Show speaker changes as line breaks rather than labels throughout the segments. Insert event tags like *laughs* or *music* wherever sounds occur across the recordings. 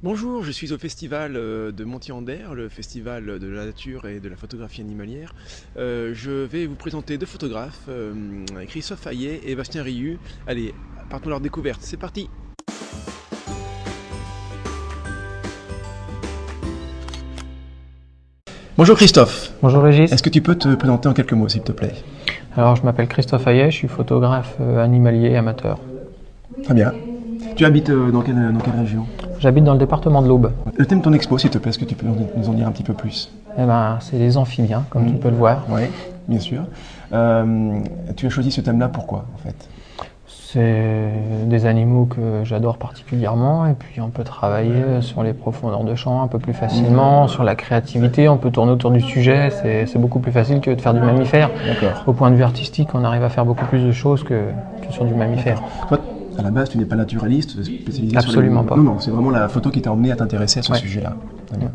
Bonjour, je suis au festival euh, de Montier-en-Der, le festival de la nature et de la photographie animalière. Euh, je vais vous présenter deux photographes, euh, Christophe Hayet et Bastien Riu. Allez, partons à leur découverte, c'est parti Bonjour Christophe,
Bonjour Régis.
est-ce que tu peux te présenter en quelques mots s'il te plaît
Alors je m'appelle Christophe Hayet, je suis photographe euh, animalier amateur.
Très bien. Tu habites euh, dans quelle, dans quelle région
J'habite dans le département de l'Aube.
Le thème de ton expo s'il te plaît, est-ce que tu peux nous en dire un petit peu plus
Eh ben, c'est des amphibiens, comme
Mm.
tu peux le voir.
Oui, bien sûr. Euh, tu as choisi ce thème-là pourquoi en fait
C'est des animaux que j'adore particulièrement et puis on peut travailler euh, sur les profondeurs de champ un peu plus facilement, sur la créativité, on peut tourner autour du sujet, c'est c'est beaucoup plus facile que de faire du mammifère.
D'accord.
Au point de vue artistique, on arrive à faire beaucoup plus de choses que, que sur du mammifère.
Toi, à la base, tu n'es pas naturaliste, spécialisé
Absolument
sur
pas.
les... Non, non, c'est vraiment la photo qui t'a emmené à t'intéresser à ce
Ouais.
sujet-là. Très bien.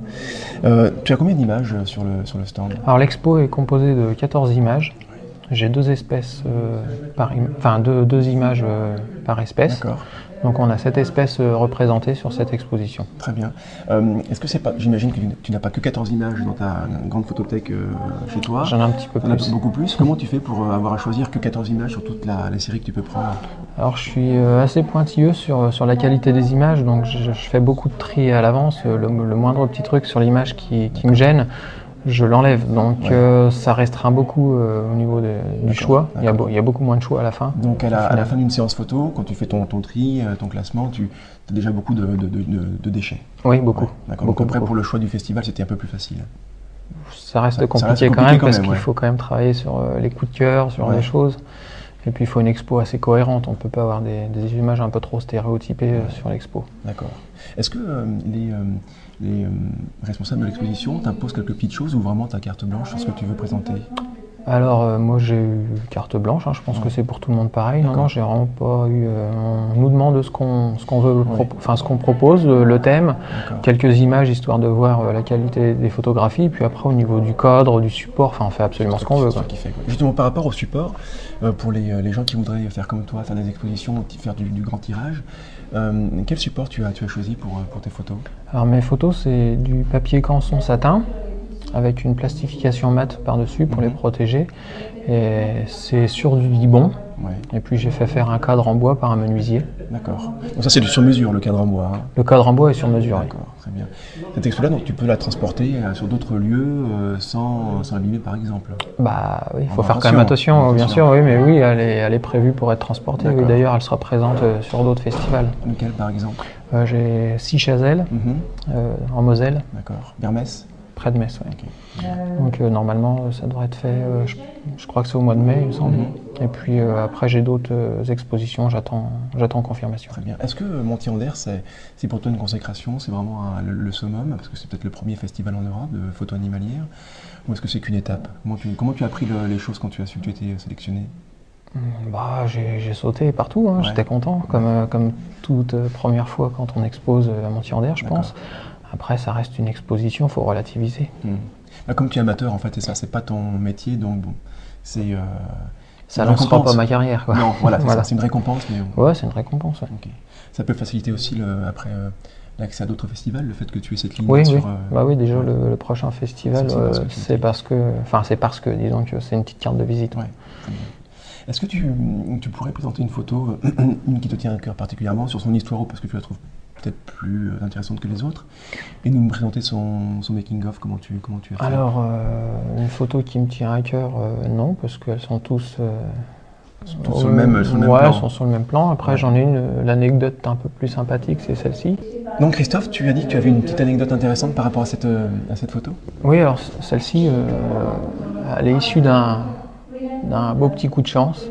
Euh, tu as combien d'images euh, sur le, sur le stand
Alors l'expo est composée de 14 images. J'ai deux espèces euh, par im- enfin deux, deux images euh, par espèce.
D'accord,
Donc on a cette espèce euh, représentée sur cette exposition.
très bien. Euh, Est-ce que c'est pas... J'imagine que tu n'as pas que 14 images dans ta grande photothèque euh, chez toi.
J'en ai un petit peu
T'en as
plus.
beaucoup plus. Comment tu fais pour euh, avoir à choisir que 14 images sur toute la, la série que tu peux prendre
Alors je suis euh, assez pointilleux sur, euh, sur la qualité des images, donc je, je fais beaucoup de tri à l'avance. Euh, Le, le moindre petit truc sur l'image qui, qui me gêne, je l'enlève. Donc
Ouais.
euh, ça restreint beaucoup euh, au niveau de-
D'accord,
du choix. Il y, a,
d'accord.
beau- il y a beaucoup moins de choix à la fin.
Donc à la, à la
Finalement.
fin d'une séance photo, quand tu fais ton, ton tri, euh, ton classement, tu as déjà beaucoup de, de- de- de- de déchets.
Oui, beaucoup.
Ouais, D'accord. Donc
Beaucoup,
après,
beaucoup.
pour le choix du festival, c'était un peu plus facile.
Ça reste,
Ça- ça
compliqué,
reste
quand
compliqué
même
quand
parce
même,
qu'il
ouais.
faut quand même travailler sur euh, les coups de cœur, sur
Ouais.
les choses. Et puis il faut une expo assez cohérente. On ne peut pas avoir des, des images un peu trop stéréotypées euh, sur l'expo.
D'accord. Est-ce que euh, les, euh, les, euh, responsables de l'exposition t'imposent quelques petites choses ou vraiment ta carte blanche sur ce que tu veux présenter
Alors euh, moi j'ai eu carte blanche. hein. Je pense
Ouais.
que c'est pour tout le monde pareil. Non,
D'accord.
non, j'ai vraiment pas eu. euh, on nous demande ce qu'on ce qu'on veut,
Ouais.
propo- enfin ce qu'on propose, euh, le, le thème,
D'accord.
quelques images histoire de voir euh, la qualité des photographies. Puis après au niveau du cadre, du support, enfin on fait absolument ce qu'on veut.
C'est
quoi.
toi qui fais, quoi. Justement, par rapport au support, euh, pour les, euh, les gens qui voudraient faire comme toi, faire des expositions, ti- faire du, du grand tirage, euh, quel support tu as, tu as choisi pour, euh, pour tes photos
Alors mes photos, c'est du papier canson satin avec une plastification mat par-dessus pour les
Mhm.
protéger. Et c'est sur du gibon.
Ouais,
Et puis j'ai fait faire un cadre en bois par un menuisier.
d'accord. Donc ça, c'est du sur-mesure, le cadre en bois. hein.
Le cadre en bois est sur mesure. oui.
D'accord, très bien. Cette expo-là, donc, tu peux la transporter euh, sur d'autres lieux euh, sans, sans l'abîmer, par exemple.
Bah oui, il faut
Ah,
faire quand même
attention,
attention, bien
attention.
sûr, oui, mais oui, elle est, elle est prévue pour être transportée. Oui,
D'accord.
D'ailleurs, elle sera présente euh, sur d'autres festivals.
Lequel, par exemple
Euh, j'ai six chazelles
Mhm,
euh, en Moselle,
D'accord. Bermès
près de Metz. ouais.
Ok.
Donc euh, normalement, euh, ça devrait être fait, euh, je, je crois que c'est au mois de mai, il me semble.
Mhm.
Et puis euh, après, j'ai d'autres euh, expositions, j'attends j'attends confirmation.
Très bien. Est-ce que Montier-en-Der, c'est c'est pour toi une consécration C'est vraiment un- le, le summum Parce que c'est peut-être le premier festival en Europe de photo animalière Ou est-ce que c'est qu'une étape comment tu, comment tu as appris le- les choses quand tu as su que tu étais euh, sélectionné
Bah, j'ai j'ai sauté partout, hein,
Ouais.
j'étais content, comme, euh, comme toute euh, première fois quand on expose euh, à Montier-en-Der, je
D'accord.
pense. Après, ça reste une exposition, faut relativiser.
Bah, Comme tu es amateur, en fait, c'est ça. C'est pas ton métier, donc bon, c'est... euh,
Ça
Une
lancera
récompense.
pas ma carrière, quoi.
Non, *laughs* voilà, c'est
Voilà.
ça, c'est une récompense, mais... bon.
Ouais, c'est une récompense. ouais.
Ok. Ça peut faciliter aussi, le- après, euh, l'accès à d'autres festivals, le fait que tu aies cette ligne
Oui, oui.
sur... euh,
Bah oui, déjà
ouais.
le, le prochain festival,
C'est aussi parce
euh,
que tu
c'est
dis.
parce que, enfin c'est parce que, disons que c'est une petite carte de visite.
Ouais. Est-ce que tu, tu pourrais présenter une photo, euh, *clears throat* une qui te tient à cœur particulièrement, sur son histoire ou parce que tu la trouves peut-être plus euh, intéressante que les autres, et nous présenter son, son making-of, comment tu, comment tu as fait
Alors, euh, une photo qui me tient à cœur, euh, non, parce qu'elles sont tous, euh,
Tous
au
sur le même, sur le même
ouais,
plan.
elles sont sur le même plan. Après,
Ouais.
j'en ai une, euh, l'anecdote un peu plus sympathique, c'est celle-ci.
Donc Christophe, tu as dit que tu avais une petite anecdote intéressante par rapport à cette, euh, à cette photo
Oui, alors c- celle-ci, euh, elle est issue d'un d'un beau petit coup de chance.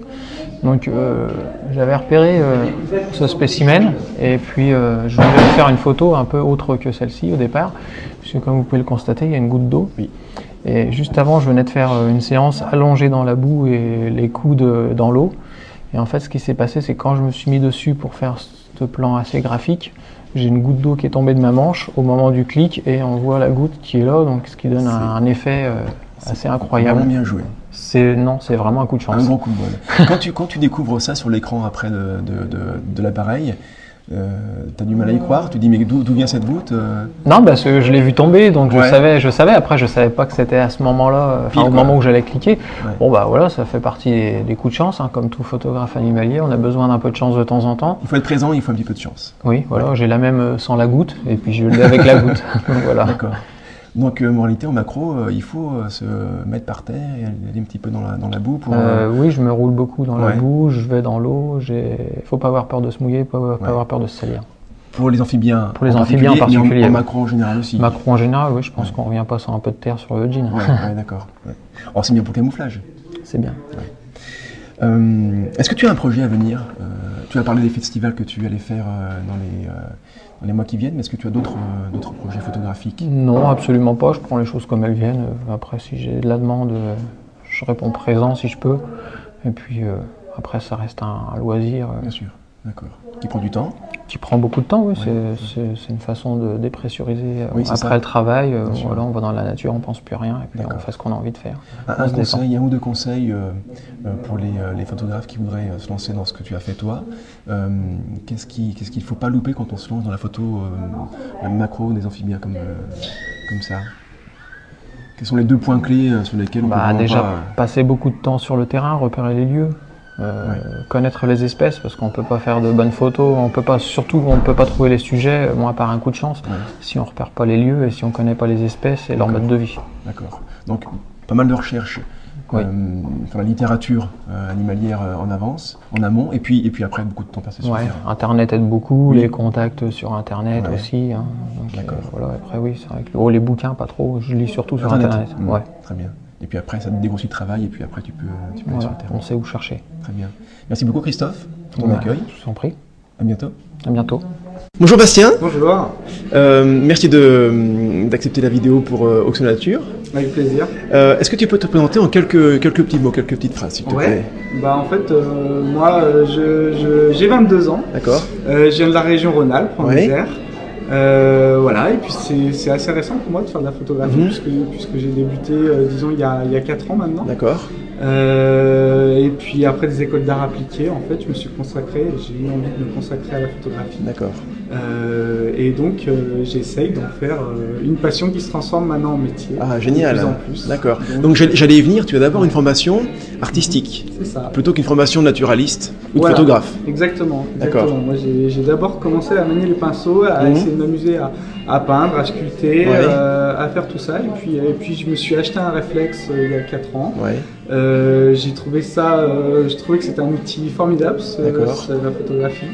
Donc euh, j'avais repéré euh, ce spécimen et puis euh, je voulais faire une photo un peu autre que celle-ci au départ, puisque comme vous pouvez le constater, il y a une goutte d'eau.
Oui.
Et juste avant, je venais de faire euh, une séance allongée dans la boue et les coudes euh, dans l'eau. Et en fait, ce qui s'est passé, c'est quand je me suis mis dessus pour faire ce plan assez graphique, j'ai une goutte d'eau qui est tombée de ma manche au moment du clic et on voit la goutte qui est là, donc ce qui donne un, un effet euh, assez
Vraiment
incroyable.
bien joué,
C'est non, c'est vraiment un coup de
un *laughs*
chance.
gros coup de bol. quand, tu, quand tu découvres ça sur l'écran après de, de- de- de l'appareil, euh, t'as du mal à y croire, tu dis mais d'où d'où vient cette goutte Euh,
Non, parce que je l'ai vu tomber, donc
Ouais.
je savais, je savais. Après, je savais pas que c'était à ce moment-là,
Pile,
enfin au
quoi.
moment où j'allais cliquer.
Ouais.
Bon bah voilà, ça fait partie des, des coups de chance, hein, comme tout photographe animalier, on a besoin d'un peu de chance de temps en temps.
Il faut être présent, il faut un petit peu de chance.
Oui, voilà, j'ai la même euh, sans la goutte, et puis je l'ai avec la goutte. *laughs* Donc, voilà.
D'accord. Donc, euh, moralité en macro, euh, il faut euh, se mettre par terre et aller un petit peu dans la, dans la boue pour. euh,
Euh, oui, je me roule beaucoup dans
Ouais.
la boue, je vais dans l'eau. J'ai, faut pas avoir peur de se mouiller, faut pas
Ouais.
avoir peur de se salir.
Pour les amphibiens.
Pour les amphibiens en
mais
particulier,
En,
ouais.
macro en général aussi.
Macro en général, oui, je pense qu'on revient pas sans un peu de terre sur le jean. hein.
Ouais, ouais, d'accord. Ouais. Alors, c'est bien pour le camouflage.
C'est bien.
Euh, Est-ce que tu as un projet à venir Euh, Tu as parlé des festivals que tu allais faire euh, dans, les, euh, dans les mois qui viennent, mais est-ce que tu as d'autres euh, d'autres projets photographiques
Non, absolument pas. Je prends les choses comme elles viennent. Euh, Après, si j'ai de la demande, euh, je réponds présent si je peux. Et puis euh, après, ça reste un, un loisir euh,
Bien sûr. D'accord. Qui prend du temps
qui prend beaucoup de temps. Oui, c'est- c'est, c'est une façon de dépressuriser. euh,
Oui, c'est
après
ça.
le travail, euh,
Bien sûr.
voilà, on va dans la nature, on pense plus à rien, et puis on
D'accord.
fait ce qu'on a envie de faire.
Un,
On
un
se détend.
conseil, un ou deux conseils euh, euh, pour les, euh, les photographes qui voudraient euh, se lancer dans ce que tu as fait toi. Euh, Qu'est-ce qui- qu'est-ce qu'il ne faut pas louper quand on se lance dans la photo euh, macro des amphibiens comme, euh, comme ça Quels sont les deux points clés euh, sur lesquels on peut
Bah,
vraiment
déjà,
pas, euh,
passer beaucoup de temps sur le terrain, repérer les lieux, euh,
Ouais.
connaître les espèces, parce qu'on peut pas faire de bonnes photos, on peut pas, surtout, on peut pas trouver les sujets, euh, moins par un coup de chance,
Ouais.
si on repère pas les lieux et si on connaît pas les espèces et leur
D'accord.
mode de vie.
D'accord. Donc, pas mal de recherches
Oui.
euh, sur la littérature euh, animalière euh, en avance, en amont, et puis, et puis après, beaucoup de temps passé sur
Ouais,
terre.
Internet aide beaucoup,
Oui.
les contacts sur Internet
Ouais.
aussi. hein. Donc, euh,
D'accord.
voilà, après, oui, c'est vrai que oh, les bouquins, pas trop, je lis surtout sur Internet.
Mmh,
Ouais.
Très bien. Et puis après, ça te dégrossit le travail, et puis après, tu peux, euh, tu peux aller
Voilà,
sur le terrain.
on sait où chercher.
Très bien. Merci beaucoup, Christophe, pour ton
Bah,
accueil.
Je vous en prie.
À bientôt.
À bientôt.
Bonjour, Bastien.
Bonjour,
Euh, merci de- euh, d'accepter la vidéo pour euh, Auxon Nature.
avec plaisir.
Euh, Est-ce que tu peux te présenter en quelques, quelques petits mots, quelques petites phrases, s'il te plaît
Bah en fait, euh, moi, euh, je- je- j'ai 22 ans.
D'accord.
Euh, je viens de la région Rhône-Alpes, en
Ouais.
Isère. Euh, voilà, et puis c'est c'est assez récent pour moi de faire de la photographie,
Mhm.
puisque, puisque j'ai débuté, euh, disons, il y a, il y a 4 ans maintenant.
D'accord.
Euh, et puis après des écoles d'art appliqué, en fait, je me suis consacré, j'ai eu envie de me consacrer à la photographie.
D'accord.
Euh, et donc, euh, j'essaye d'en faire euh, une passion qui se transforme maintenant en métier.
Ah, génial.
De plus en plus.
D'accord. Donc j'allais j'allais y venir, tu as d'abord une formation artistique,
C'est ça.
plutôt qu'une formation de naturaliste ou de
Voilà.
photographe.
Exactement.
D'accord.
exactement. Moi, j'ai j'ai d'abord commencé à manier les pinceaux, à
Mhm.
essayer de m'amuser à, à peindre, à sculpter,
Ouais.
euh, à faire tout ça. Et puis, et puis, je me suis acheté un réflexe euh, il y a 4 ans.
Ouais,
Euh, j'ai trouvé ça, euh, je trouvais que c'était un outil formidable, ce-
D'accord.
ce- la photographie.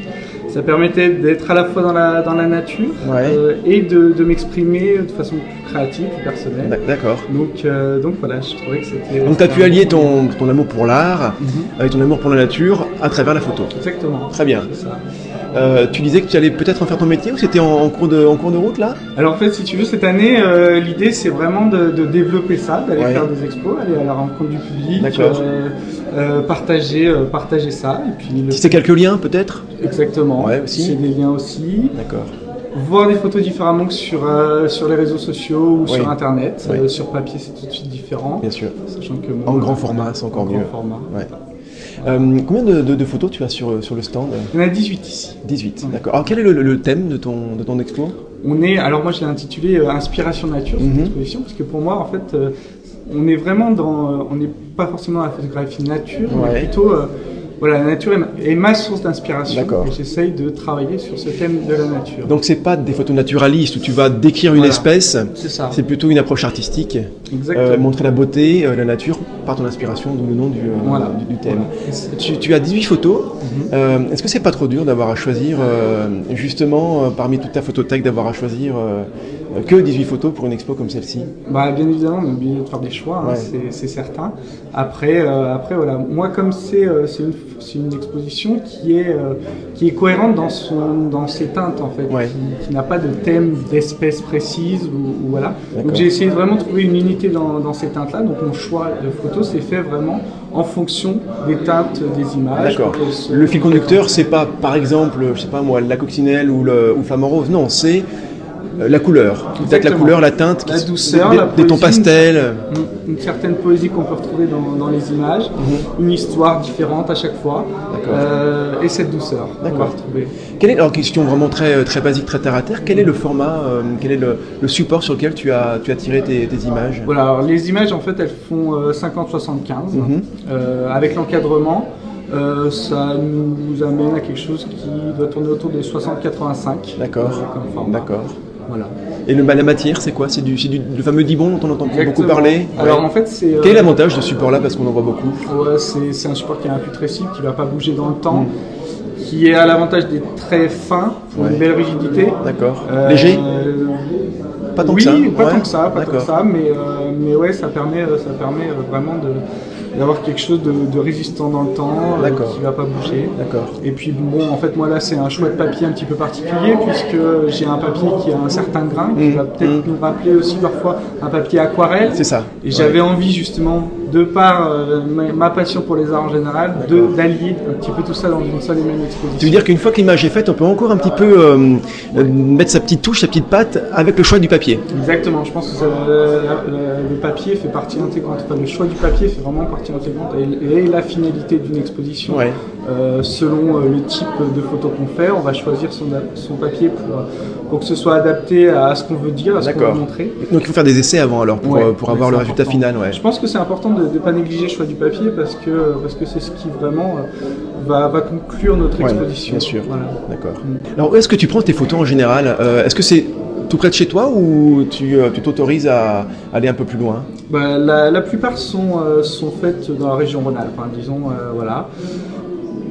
Ça permettait d'être à la fois dans la, dans la nature
Ouais.
euh, et de, de m'exprimer de façon plus créative, plus personnelle.
d'ac- d'accord.
Donc, euh, donc voilà, je trouvais que c'était.
Donc tu as
c'était
pu
un-
allier ton, ton amour pour l'art
Mhm.
avec ton amour pour la nature à travers la photo.
Exactement.
Très bien.
C'est ça.
Euh, tu disais que tu allais peut-être en faire ton métier ou c'était en, en cours, de, en cours de route là
Alors en fait, si tu veux, cette année, euh, l'idée c'est vraiment de, de développer ça, d'aller
Ouais.
faire des expos, aller à la rencontre du public,
D'accord.
euh, euh, partager, euh, partager ça, et puis le-
Si c'est quelques liens peut-être
exactement,
Ouais, aussi.
c'est des liens aussi,
D'accord.
voir des photos différemment que sur euh, sur les réseaux sociaux ou
Oui.
sur internet,
Oui.
Euh, sur papier c'est tout de suite différent,
Bien sûr.
sachant que moi,
En grand format, c'est encore
en grand
mieux.
format.
Ouais. Euh, combien de, de- de photos tu as sur, sur le stand
Il y en a 18 ici.
18.
Ouais.
D'accord. Alors quel est le, le thème de ton, de ton expo
On est, alors moi je l'ai intitulé euh, Inspiration Nature, cette
Mhm.
exposition, parce que pour moi en fait, euh, on est vraiment dans, euh, on n'est pas forcément dans la photographie nature,
Ouais.
mais plutôt, euh, voilà, la nature est ma, est ma source d'inspiration,
D'accord.
et j'essaye de travailler sur ce thème de la nature.
Donc c'est pas des photos naturalistes où tu vas décrire une
Voilà.
espèce,
C'est ça,
c'est plutôt une approche artistique.
exactement.
Euh, montrer la beauté, euh, la nature, par ton inspiration, d'où le nom du, euh,
Voilà.
du, du thème.
Voilà. Et c'est-
Tu, tu as 18 photos.
Mhm.
Euh, Est-ce que c'est pas trop dur d'avoir à choisir, euh, justement, euh, parmi toute ta photothèque, d'avoir à choisir euh, euh, que 18 photos pour une expo comme celle-ci
Bah, bien évidemment, on est obligé de faire des choix, hein,
Ouais.
c'est- c'est certain. Après, euh, après voilà, moi comme c'est euh, c'est une, c'est une exposition qui est, euh, qui est cohérente dans, son, dans ses teintes en fait,
Ouais.
qui, qui n'a pas de thème d'espèce précise ou, ou voilà.
D'accord.
Donc j'ai essayé de vraiment trouver une unité dans, dans ces teintes-là. Donc mon choix de photo s'est fait vraiment en fonction des teintes des images.
D'accord.
pour qu'elles se-
Le fil conducteur, c'est pas, par exemple, je sais pas moi, la coccinelle ou le ou le flamant rose. Non, c'est euh, la couleur. Peut-être la
Exactement.
couleur, la teinte,
La
se-
douceur,
des,
la
des tons
poésie.
pastels.
une, une certaine poésie qu'on peut retrouver dans, dans les images, une histoire différente à chaque fois.
Mhm. D'accord.
euh, et cette douceur qu'on va
D'accord.
retrouver.
Quelle est, alors question vraiment très, euh, très basique, très terre à terre, quel est le format, euh, quel est le, le support sur lequel tu as, tu as tiré tes, tes images
Voilà, alors les images en fait elles font euh, 50-75
Mhm.
Euh, avec l'encadrement. euh, ça nous amène à quelque chose qui doit tourner autour des 60-85.
D'accord.
euh, comme format.
D'accord.
Voilà.
Et le, bah, la matière, c'est quoi C'est du, c'est du le fameux dibon dont on entend beaucoup
Exactement.
parler
Alors
Ouais.
en fait, c'est. euh,
Quel est l'avantage de ce support-là Parce qu'on en voit beaucoup.
Ouais, c'est c'est un support qui est imputrescible, qui ne va pas bouger dans le temps, qui est à l'avantage des traits fins pour
Ouais.
une belle rigidité.
D'accord.
Euh,
Léger Pas tant que ça
Oui, pas
Ouais.
tant que ça, pas tant que
D'accord.
ça, mais, euh, mais ouais, ça permet, euh, ça permet euh, vraiment de- d'avoir quelque chose de, de résistant dans le temps, euh,
D'accord.
qui ne va pas bouger.
D'accord.
Et puis bon, en fait, moi là, c'est un choix de papier un petit peu particulier puisque j'ai un papier qui a un certain grain qui
Mm.
va peut-être
Mm.
nous rappeler aussi parfois un papier aquarelle.
C'est ça.
Et j'avais envie justement, de par euh, ma, ma passion pour les arts en général, de-
D'accord.
d'allier un petit peu tout ça dans une seule et même exposition.
Tu veux dire qu'une fois que l'image est faite, on peut encore un petit peu euh, euh, mettre sa petite touche, sa petite patte avec le choix du papier.
Exactement, je pense que ça- euh, le, le papier fait partie intégrante, enfin, le choix du papier fait vraiment partie intégrante et, et la finalité d'une exposition.
Ouais.
Euh, selon euh, le type de photo qu'on fait, on va choisir son, son papier pour, pour que ce soit adapté à ce qu'on veut dire, à ce qu'on veut
D'accord.
montrer.
Donc il faut faire des essais avant alors pour,
Ouais,
euh, pour
ouais,
avoir
c'est
le résultat
important.
final. Ouais.
Je pense que c'est important de ne pas négliger le choix du papier parce que parce que c'est ce qui vraiment euh, va, va conclure notre
Ouais,
exposition.
bien sûr.
Voilà.
D'accord. Alors où est-ce que tu prends tes photos en général Euh, Est-ce que c'est tout près de chez toi ou tu euh, tu t'autorises à aller un peu plus loin
Bah, la, la plupart sont, euh, sont faites dans la région Rhône-Alpes, hein, disons, euh, voilà.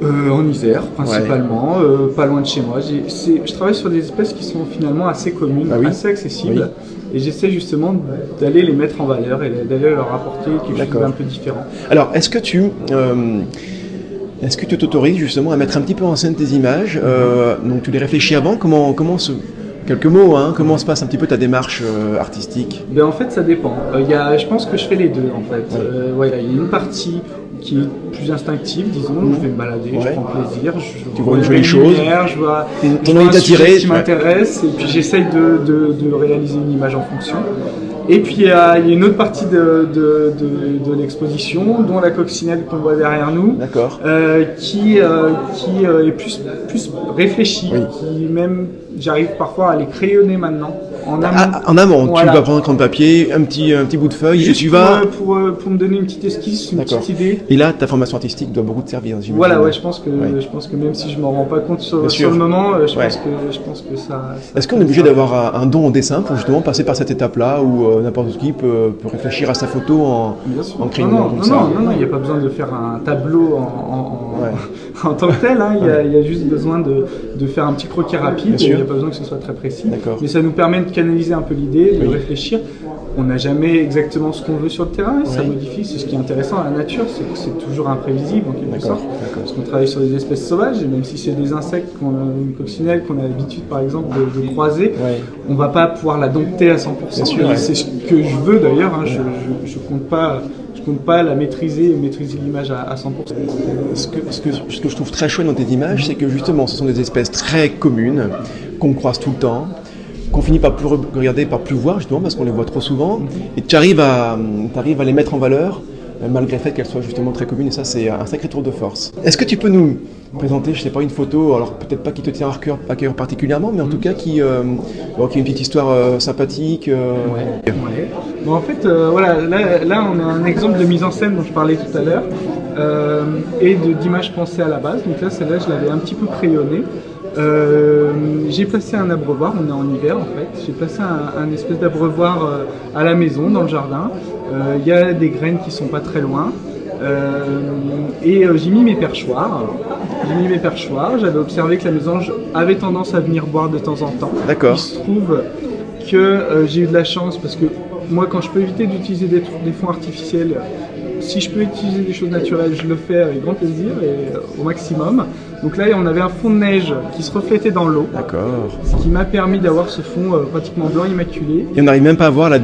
Euh, en hiver, principalement, euh, pas loin de chez moi. J'ai- c'est- Je travaille sur des espèces qui sont finalement assez communes,
Ah oui.
assez accessibles, et j'essaie justement d'aller les mettre en valeur et d'aller leur apporter quelque chose
D'accord.
d'un peu différent.
Alors, est-ce que tu euh, est-ce que tu t'autorises justement à mettre un petit peu en scène tes images euh, Donc, tu les réfléchis avant. Comment comment se quelques mots hein, Comment se passe un petit peu ta démarche euh, artistique
Ben en fait, ça dépend. Euh, il y a, je pense que je fais les deux en fait. Euh, voilà, il y a une partie qui est plus instinctive, disons.
Mhm.
Je vais me balader,
Ouais.
je prends plaisir, je,
Tu vois une
je
jolie
les
chose.
lumières, je vois,
Ton-
je
ton
vois
envie
un
d'attirer,
sujet qui
ouais.
m'intéresse et puis j'essaye de, de- de réaliser une image en fonction. Et puis il y a, il y a une autre partie de, de- de- de l'exposition, dont la coccinelle qu'on voit derrière nous.
D'accord.
euh, qui, euh, qui euh, est plus, plus réfléchie,
Oui.
qui même, j'arrive parfois à les crayonner maintenant, en amont.
Ah, en amont,
Voilà.
tu vas prendre un cran de papier, un petit un petit bout de feuille et
Juste
tu
pour,
vas.
euh, pour, euh, pour me donner une petite esquisse, une
D'accord.
petite idée.
Et là, ta formation artistique doit beaucoup te servir. j'imagine.
Voilà, ouais, je pense que
Ouais.
je pense que même si je m'en rends pas compte
Bien
sur,
sûr.
sur le moment, euh, je
Ouais.
pense que je pense que ça. ça-
Est-ce qu'on est obligé d'avoir un un don au dessin pour justement passer par cette étape-là où euh, n'importe qui peut, peut réfléchir à sa photo en,
Bien sûr.
en
Non,
crayonnant
non,
comme
non,
ça
non, non, il n'y a pas besoin de faire un tableau en, en- en-
Ouais.
*laughs* en tant que tel. hein. Il y, a- il y a juste besoin de, de faire un petit croquis rapide.
Bien
et Il n'y a
sûr.
pas besoin que ce soit très précis.
D'accord.
Mais ça nous permet de canaliser un peu l'idée, de
Oui.
réfléchir. On n'a jamais exactement ce qu'on veut sur le terrain. et Ça
Oui.
modifie. C'est ce qui est intéressant à la nature, c'est que c'est toujours imprévisible en quelque
D'accord,
sorte.
d'accord.
Parce qu'on travaille sur des espèces sauvages, et même si c'est des insectes, qu'on a, une coccinelle qu'on a l'habitude par exemple de, de croiser,
Ouais.
on va pas pouvoir la dompter à 100%.
Bien sûr,
Et
ouais.
C'est ce que je veux d'ailleurs, hein. je, je, je compte pas, je compte pas la maîtriser et maîtriser l'image à, à 100%.
ce que, ce, que, ce que je trouve très chouette dans tes images, c'est que justement, ce sont des espèces très communes, qu'on croise tout le temps, qu'on finit par plus re- regarder, par plus voir, justement, parce qu'on les voit trop souvent, et tu arrives à, euh, t'arrives à les mettre en valeur, euh, malgré le fait qu'elles soient justement très communes, et ça, c'est un sacré tour de force. Est-ce que tu peux nous présenter, je sais pas, une photo, alors peut-être pas qui te tient à cœur, à cœur particulièrement, mais en tout cas qui, euh, bon, qui a une petite histoire euh, sympathique euh,
Ouais. Bon, en fait, euh, voilà, là, là, on a un exemple de mise en scène dont je parlais tout à l'heure euh, et de- d'images pensées à la base. Donc là, celle-là, je l'avais un petit peu crayonnée. Euh, j'ai placé un abreuvoir, on est en hiver en fait, j'ai placé un, un espèce d'abreuvoir euh, à la maison, dans le jardin. Euh, Il y a des graines qui sont pas très loin. Euh, et euh, j'ai mis mes perchoirs. J'ai mis mes perchoirs, j'avais observé que la mésange avait tendance à venir boire de temps en temps.
D'accord.
Il se trouve que euh, j'ai eu de la chance parce que moi, quand je peux éviter d'utiliser des, tr- des fonds artificiels, si je peux utiliser des choses naturelles, je le fais avec grand plaisir et euh, au maximum. Donc là, on avait un fond de neige qui se reflétait dans l'eau,
D'accord.
ce qui m'a permis d'avoir ce fond euh, pratiquement blanc immaculé.
Et on n'arrive même pas à voir la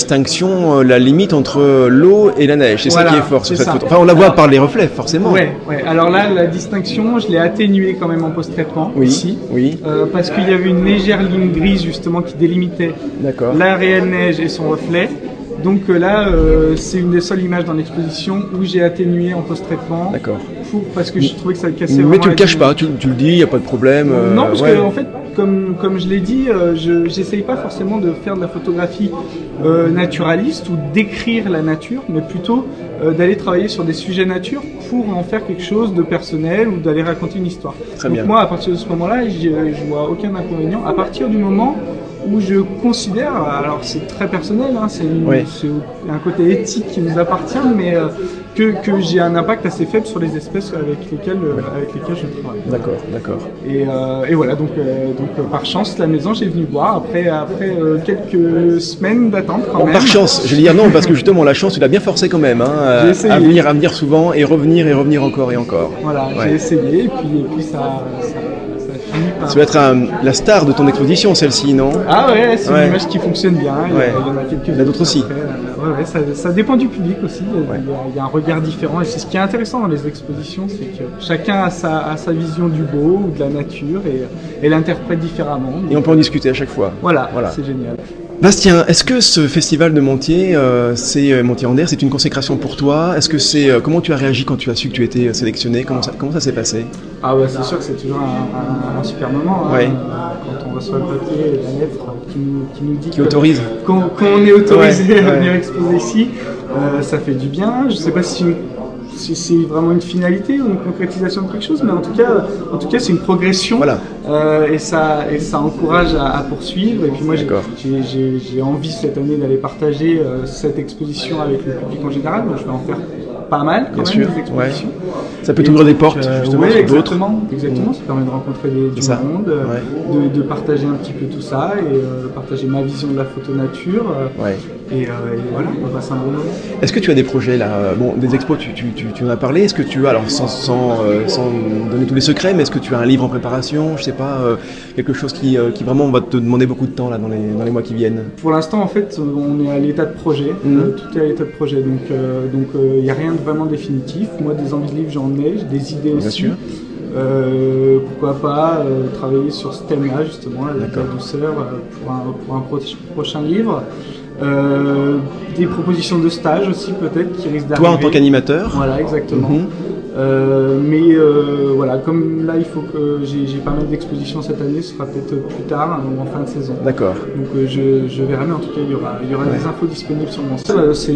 distinction, euh, la limite entre euh, l'eau et la neige. C'est ça
Voilà,
qui est fort sur
c'est
cette
ça.
photo. Enfin, on la voit par les reflets, forcément.
Ouais, ouais. Alors là, la distinction, je l'ai atténuée quand même en post-traitement
Oui.
ici.
Oui.
Euh, parce qu'il y avait une légère ligne grise justement qui délimitait
D'accord.
la réelle neige et son reflet. Donc euh, là, euh, c'est une des seules images dans l'exposition où j'ai atténué en post-traitement
D'accord.
pour- parce que je trouvais que ça cassait
Mais
vraiment
tu le
la
caches
dynamique.
pas, tu, tu le dis, il n'y a pas de problème. euh,
Non, parce
ouais.
que en fait, comme, comme je l'ai dit, euh, je j'essaye pas forcément de faire de la photographie euh, naturaliste ou d'écrire la nature, mais plutôt euh, d'aller travailler sur des sujets nature pour en faire quelque chose de personnel ou d'aller raconter une histoire.
Très
Donc
bien.
moi, à partir de ce moment-là, j'y- je vois aucun inconvénient. À partir du moment où je considère, alors c'est très personnel, hein, c'est une-
Ouais.
c'est un côté éthique qui nous appartient, mais euh, que, que j'ai un impact assez faible sur les espèces avec lesquelles, euh, avec lesquelles je travaille.
D'accord, d'accord.
Et, euh, et voilà, donc, euh, donc euh, par chance, la maison, j'ai venu voir après, après euh, quelques semaines d'attente quand
Bon,
même.
par chance, je vais dire non, parce que justement, la chance, tu l'as bien forcé quand même, hein, euh,
J'ai essayé.
à venir, à venir souvent, et revenir, et revenir encore et encore.
Voilà,
Ouais.
j'ai essayé et puis, et puis ça, ça, ça finit par.
Ça va être un- la star de ton exposition, celle-ci, non
Ah ouais, c'est
Ouais.
une image qui fonctionne bien. Il y, a-
Ouais.
il y en a quelques
Il y en a d'autres aussi.
après, euh, ouais, ouais, ça, ça dépend du public aussi. Il y a-
Ouais.
Il, y a, il y a un regard différent. Et c'est ce qui est intéressant dans les expositions, c'est que chacun a sa, a sa vision du beau ou de la nature et, et l'interprète différemment.
Et on peut en discuter à chaque fois.
Voilà,
Voilà.
c'est génial.
Bastien, est-ce que ce festival de Montier, euh, c'est euh, Montier-Ander, c'est une consécration pour toi Est-ce que c'est euh, comment tu as réagi quand tu as su que tu étais euh, sélectionné Comment ça, comment ça s'est passé
Ah ouais, c'est sûr que c'est toujours un, un- un super moment hein,
Ouais.
quand on reçoit le papier, la lettre qui nous, qui nous dit
Qui
que-
autorise
qu'on qu'on est autorisé
Ouais,
à
ouais.
venir exposer ici. Euh, ça fait du bien. Je sais pas si, si c'est vraiment une finalité ou une concrétisation de quelque chose, mais en tout cas, en tout cas, c'est une progression.
Voilà.
Euh, et ça, et ça encourage à, à poursuivre. Et puis moi, j'ai-
D'accord.
j'ai- j'ai j'ai envie cette année d'aller partager euh, cette exposition avec le public en général. Donc je vais en faire pas mal quand
Bien
même
sûr,
des expositions.
Ça peut
Et
t'ouvrir des
donc,
portes,
euh,
justement,
ouais,
sur d'autres.
Exactement, exactement, ça permet de rencontrer des, du
C'est ça.
monde, euh, de, de partager un petit peu tout ça et euh, partager ma vision de la photo nature. euh,
Ouais.
et, euh, et voilà, on passe un bon moment.
Est-ce que tu as des projets là euh, Bon, des expos, tu, tu, tu, tu en as parlé. Est-ce que tu as, alors sans, sans, euh, sans donner tous les secrets, mais est-ce que tu as un livre en préparation Je sais pas, euh, quelque chose qui, euh, qui vraiment va te demander beaucoup de temps là dans les, dans les mois qui viennent.
Pour l'instant, en fait, euh, on est à l'état de projet.
Mhm.
Euh, tout est à l'état de projet, donc euh, donc il n'y a rien de vraiment définitif. Moi, des envies de livres, j'en ai, j'ai des idées
Bien
aussi.
sûr.
Euh, pourquoi pas euh, travailler sur ce thème-là justement, la
D'accord.
la douceur, euh, pour un, pour un pro- prochain livre. Euh, des propositions de stage aussi peut-être qui risquent d'arriver.
Toi, en tant qu'animateur,
Voilà, exactement.
Mhm.
Euh, mais euh, voilà, comme là, il faut que j'ai j'ai pas mal d'expositions cette année, ce sera peut-être plus tard hein, ou en fin de saison.
d'accord.
Donc euh, je, je verrai, mais en tout cas, il y aura, il y aura
Ouais.
des infos disponibles sur mon site. Euh, C'est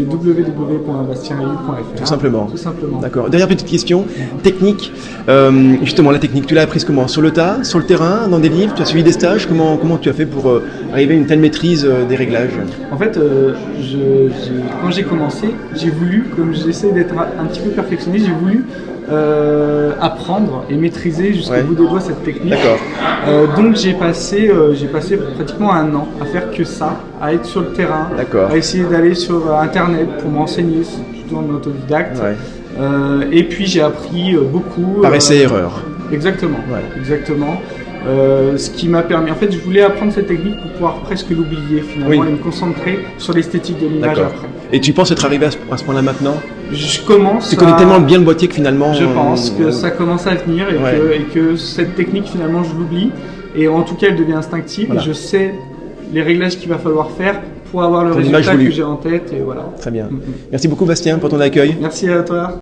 www.bastienrayu.fr.
Tout simplement.
Tout simplement.
D'accord. Dernière petite question technique. Euh, justement, la technique, tu l'as apprise comment Sur le tas, sur le terrain, dans des livres Tu as suivi des stages Comment, comment tu as fait pour euh, arriver à une telle maîtrise euh, des réglages
En fait, euh, je- je- quand j'ai commencé, j'ai voulu, comme j'essaie d'être un, un petit peu perfectionniste, j'ai voulu euh, apprendre et maîtriser jusqu'au
Ouais.
bout des doigts cette technique.
D'accord.
Euh, donc j'ai passé, euh, j'ai passé pratiquement un an à faire que ça, à être sur le terrain,
D'accord.
à essayer d'aller sur euh, Internet pour m'enseigner, c'est plutôt en autodidacte.
Ouais.
Euh, et puis j'ai appris euh, beaucoup.
Par
euh,
essai-erreur.
Exactement.
Ouais.
Exactement. Euh, ce qui m'a permis, en fait, je voulais apprendre cette technique pour pouvoir presque l'oublier finalement
Oui.
et me concentrer sur l'esthétique de l'image
D'accord.
après.
Et tu penses être arrivé à ce, à ce point-là maintenant
Je commence.
Tu
à-
connais tellement bien le boîtier que finalement.
Je pense
euh,
que ça commence à venir et,
Ouais.
que, et que cette technique finalement je l'oublie et en tout cas elle devient instinctive.
Voilà.
Et je sais les réglages qu'il va falloir faire pour avoir le
Ton image
résultat que
voulue.
j'ai en tête et voilà.
Très bien.
Mhm.
Merci beaucoup, Bastien, pour ton accueil.
Merci à toi.